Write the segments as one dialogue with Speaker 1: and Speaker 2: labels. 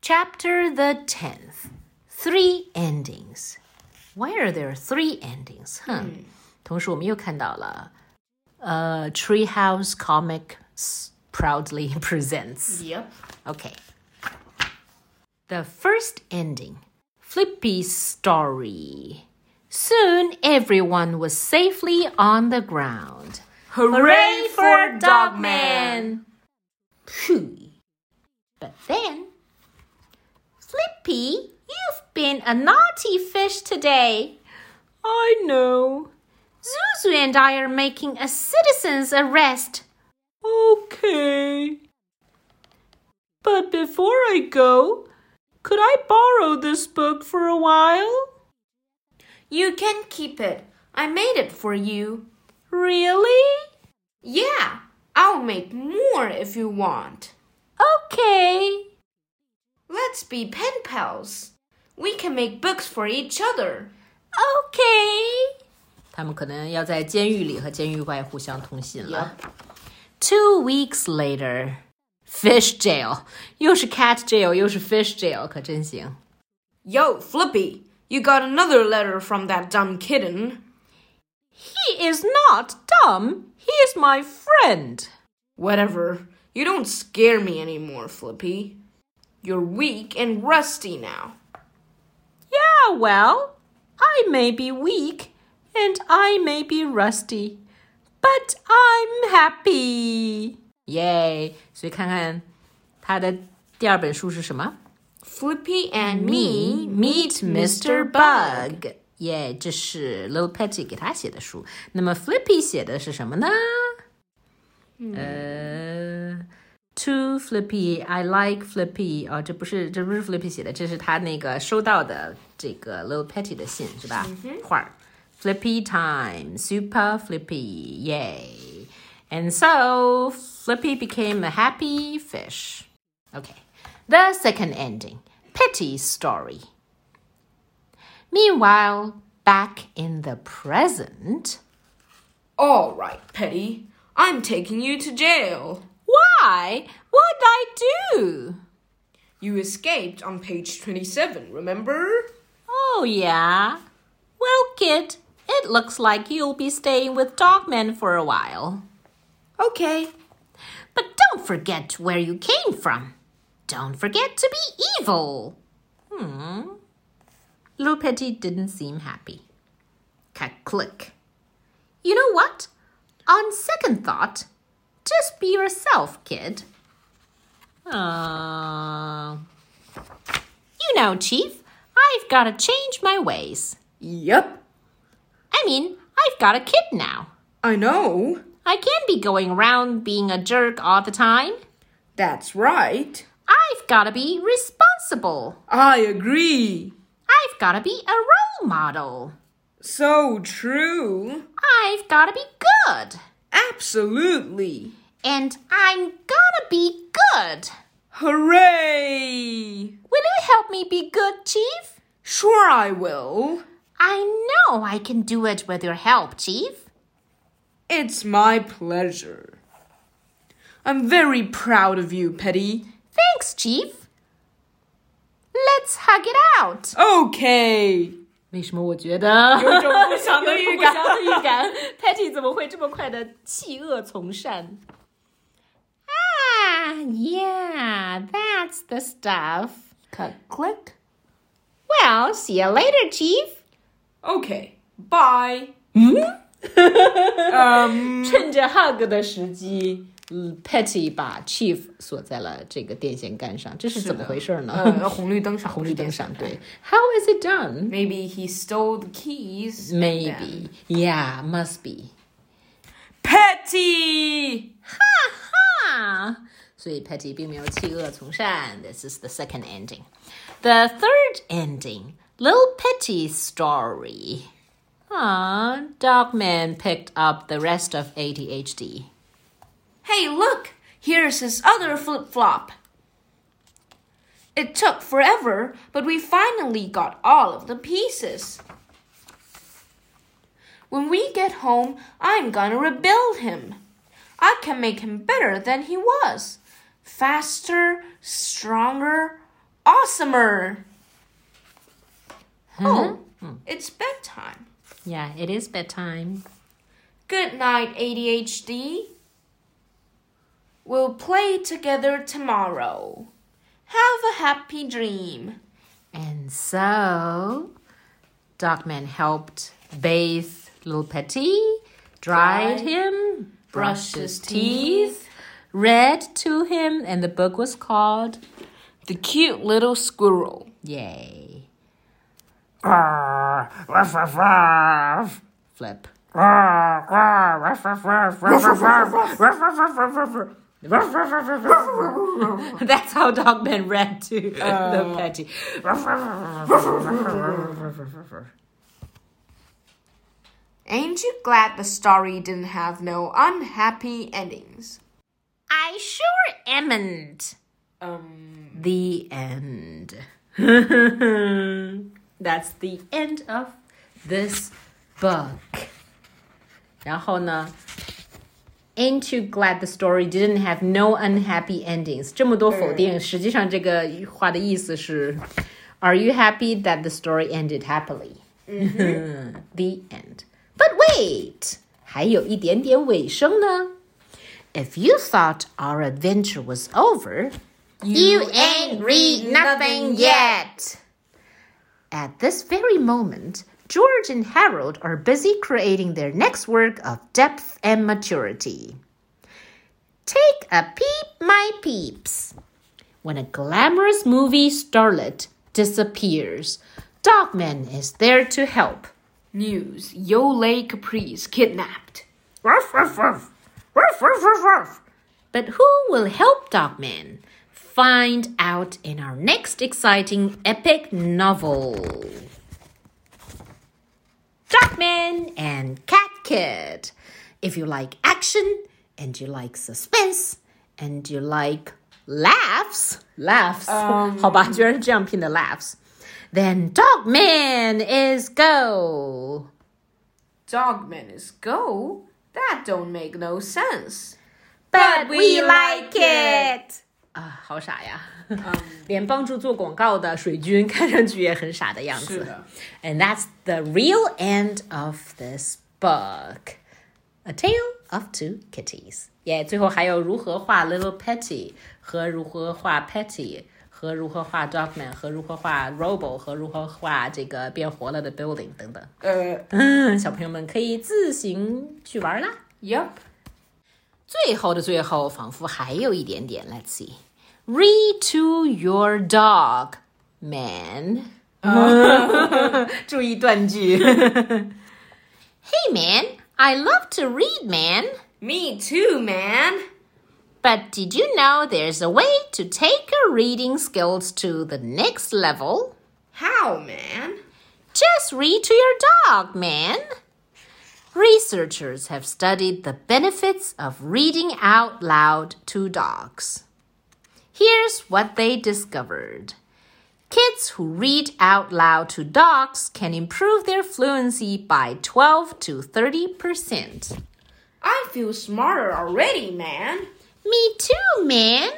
Speaker 1: Chapter the 10th Three Endings. Why are there three endings? Huh? 同时我们又看到了，呃、uh, Treehouse Comics proudly presents.
Speaker 2: Yep.
Speaker 1: Okay. The first ending Flippy's story. Soon everyone was safely on the ground.
Speaker 2: Hooray for Dogman!
Speaker 1: Phew. But then, Flippy, you've been a naughty fish today. I know. Zuzu and I are making a citizen's arrest. Okay. But before I go, could I borrow this book for a while?
Speaker 2: You can keep it. I made it for you.
Speaker 1: Really?
Speaker 2: Yeah, I'll make more if you want.
Speaker 1: Okay.
Speaker 2: Let's be pen pals. We can make books for each other.
Speaker 1: Okay. 他们可能要在监狱里和监狱外互相通信了。
Speaker 2: Yep.
Speaker 1: Two weeks later, fish jail 又是 cat jail 又是 fish jail，可真行。
Speaker 2: Yo, Flippy, you got another letter from that dumb kitten.
Speaker 1: He is not dumb. He is my friend.
Speaker 2: Whatever. You don't scare me anymore, Flippy. You're weak and rusty now.
Speaker 1: Yeah, well, I may be weak and I may be rusty, but I'm happy. Yay! 所以看看他的第二本书是什么？
Speaker 2: Flippy and
Speaker 1: Me Meet Mr. Bug。耶，这是 Little Patty 给他写的书。那么 Flippy 写的是什么呢？呃，To Flippy, I like Flippy。哦，这不是这不是 Flippy 写的，这是他那个收到的这个 Little Patty 的信是吧？画儿。Flippy time, super Flippy, yay! And so Flippy became a happy fish. Okay. The second ending Petty's story. Meanwhile, back in the present.
Speaker 2: All right, Petty. I'm taking you to jail.
Speaker 1: Why? What'd I do?
Speaker 2: You escaped on page 27, remember?
Speaker 1: Oh, yeah. Well, kid, it looks like you'll be staying with Dogman for a while.
Speaker 2: Okay.
Speaker 1: But don't forget where you came from. Don't forget to be evil. Hmm. Little Petty didn't seem happy. Cat click. You know what? On second thought, just be yourself, kid. Uh, you know, Chief, I've got to change my ways.
Speaker 2: Yep.
Speaker 1: I mean, I've got a kid now.
Speaker 2: I know.
Speaker 1: I can't be going around being a jerk all the time.
Speaker 2: That's right.
Speaker 1: I've got to be responsible.
Speaker 2: I agree.
Speaker 1: I've got to be a role model.
Speaker 2: So true.
Speaker 1: I've got to be good.
Speaker 2: Absolutely.
Speaker 1: And I'm gonna be good.
Speaker 2: Hooray!
Speaker 1: Will you help me be good, Chief?
Speaker 2: Sure, I will.
Speaker 1: I know I can do it with your help, Chief.
Speaker 2: It's my pleasure. I'm very proud of you, Petty.
Speaker 1: Thanks, Chief. Let's hug it out.
Speaker 2: Okay.
Speaker 1: 为什么我觉得
Speaker 2: 有一种不祥的预
Speaker 1: 有
Speaker 2: 感
Speaker 1: 一种不祥的预感？Patty 怎么会这么快的弃恶从善？Ah, yeah, that's the stuff.
Speaker 2: Cut click.
Speaker 1: Well, see you later, Chief.
Speaker 2: Okay. Bye.
Speaker 1: 嗯 趁着 hug 的时机，嗯，Patty 把 Chief 锁在了这个电线杆上，这是怎么回事呢？Uh, 红绿灯上，对。How is it done?
Speaker 2: Maybe he stole the keys.
Speaker 1: Maybe, yeah, must be.
Speaker 2: Petty!
Speaker 1: 啊，所以 Patty 并没有弃恶从善。This is the second ending. The third ending, Little Patty's story. Ah, Dogman picked up the rest of ADHD.
Speaker 2: Hey, look! Here's his other flip flop. It took forever, but we finally got all of the pieces. When we get home, I'm gonna rebuild him. I can make him better than he was. Faster, stronger, gossamer. Oh, it's bedtime.
Speaker 1: Yeah, it is bedtime.
Speaker 2: Good night, ADHD. We'll play together tomorrow. Have a happy dream.
Speaker 1: And so, Dogman helped bathe little Petit, dried
Speaker 2: Dried,
Speaker 1: him, brushed
Speaker 2: brushed
Speaker 1: his
Speaker 2: his
Speaker 1: teeth, read to him, and the book was called
Speaker 2: The cute little squirrel.
Speaker 1: Yay.
Speaker 3: Ruff, ruff, ruff.
Speaker 1: Flip.
Speaker 3: Ruff, ruff, ruff, ruff, ruff, ruff, ruff, ruff, ruff, ruff, ruff, ruff, ruff. Ruff, ruff, ruff, ruff, ruff, ruff.
Speaker 1: That's how Dogman read to little Petit.
Speaker 2: Ain't you glad the story didn't have no unhappy endings?
Speaker 1: I sure amn't.
Speaker 2: Um,
Speaker 1: The end. That's the end of this book. 然后呢？Ain't you glad the story didn't have no unhappy endings？这么多否定，实际上这个话的意思是，Are you happy that the story ended happily？the end. But wait, 还有一点点尾声呢。If you thought our adventure was over, you, ain't read nothing yet. At this very moment, George and Harold are busy creating their next work of depth and maturity. Take a peep, my peeps. When a glamorous movie starlet disappears, Dogman is there to help.
Speaker 2: news Yole Caprice kidnapped.
Speaker 3: Ruff, ruff, ruff. Ruff, ruff, ruff, ruff.
Speaker 1: But who will help Dogman? Find out in our next exciting epic novel. Dogman and Cat Kid. If you like action and you like suspense and you like laughs, laughs, 好吧，居然这样拼的 laughs, then Dogman is go.
Speaker 2: Dogman is go? That don't make no sense.
Speaker 1: But
Speaker 2: we like it.
Speaker 1: 啊，好傻呀！ 连帮助做广告的水军看上去也很傻的样子。And that's the real end of this book, A Tale of Two Kitties. 耶、最后还有如何画 Little Petty 和如何画 Petty 和如何画 Dogman 和如何画 Robo 和如何画这个变活了的 Building 等等。
Speaker 2: Uh,
Speaker 1: 嗯，小朋友们可以自行去玩啦。
Speaker 2: yep.
Speaker 1: 最后的最后，仿佛还有一点点。Let's see, read to your dog, man. 注意断句。hey man, I love to read, man.
Speaker 2: Me too, man.
Speaker 1: But did you know there's a way to take your reading skills to the next level?
Speaker 2: How, man?
Speaker 1: Just read to your dog, man. Researchers have studied the benefits of reading out loud to dogs. Here's what they discovered kids who read out loud to dogs can improve their fluency by 12 to 30 percent.
Speaker 2: I feel smarter already, man.
Speaker 1: Me too, man.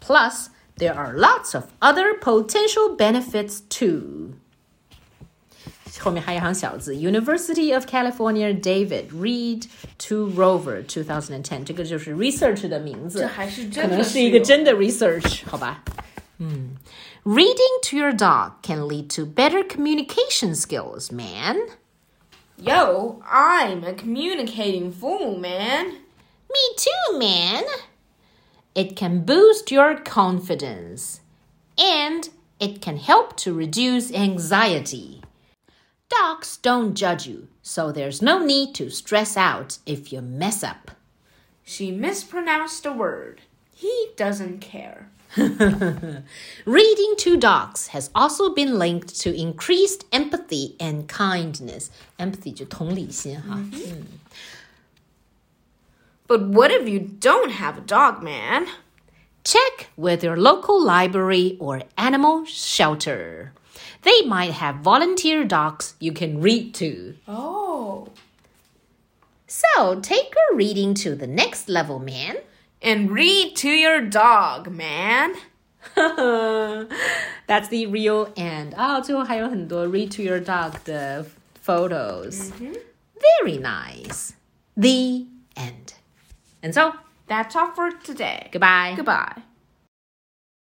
Speaker 1: Plus, there are lots of other potential benefits too. 后面还有一行小字，University of California David Reed to Rover 2010，这个就是 research 的名字，可能是一个真的 research，好吧？嗯，Reading to your dog can lead to better communication skills, man.
Speaker 2: Yo, I'm a communicating fool, man.
Speaker 1: Me too, man. It can boost your confidence and it can help to reduce anxiety. Dogs don't judge you, so there's no need to stress out if you mess up.
Speaker 2: She mispronounced a word. He doesn't care.
Speaker 1: Reading to dogs has also been linked to increased empathy and kindness. Empathy 就同理心哈。
Speaker 2: But what if you don't have a dog, man?
Speaker 1: Check with your local library or animal shelter. They might have volunteer dogs you can read to.
Speaker 2: Oh.
Speaker 1: So take your reading to the next level, man.
Speaker 2: And read to your dog, man.
Speaker 1: That's the real end. 啊、最后还有很多 read to your dog 的 photos. Very nice. The end. And so,
Speaker 2: That's all for today.
Speaker 1: goodbye.
Speaker 2: Goodbye.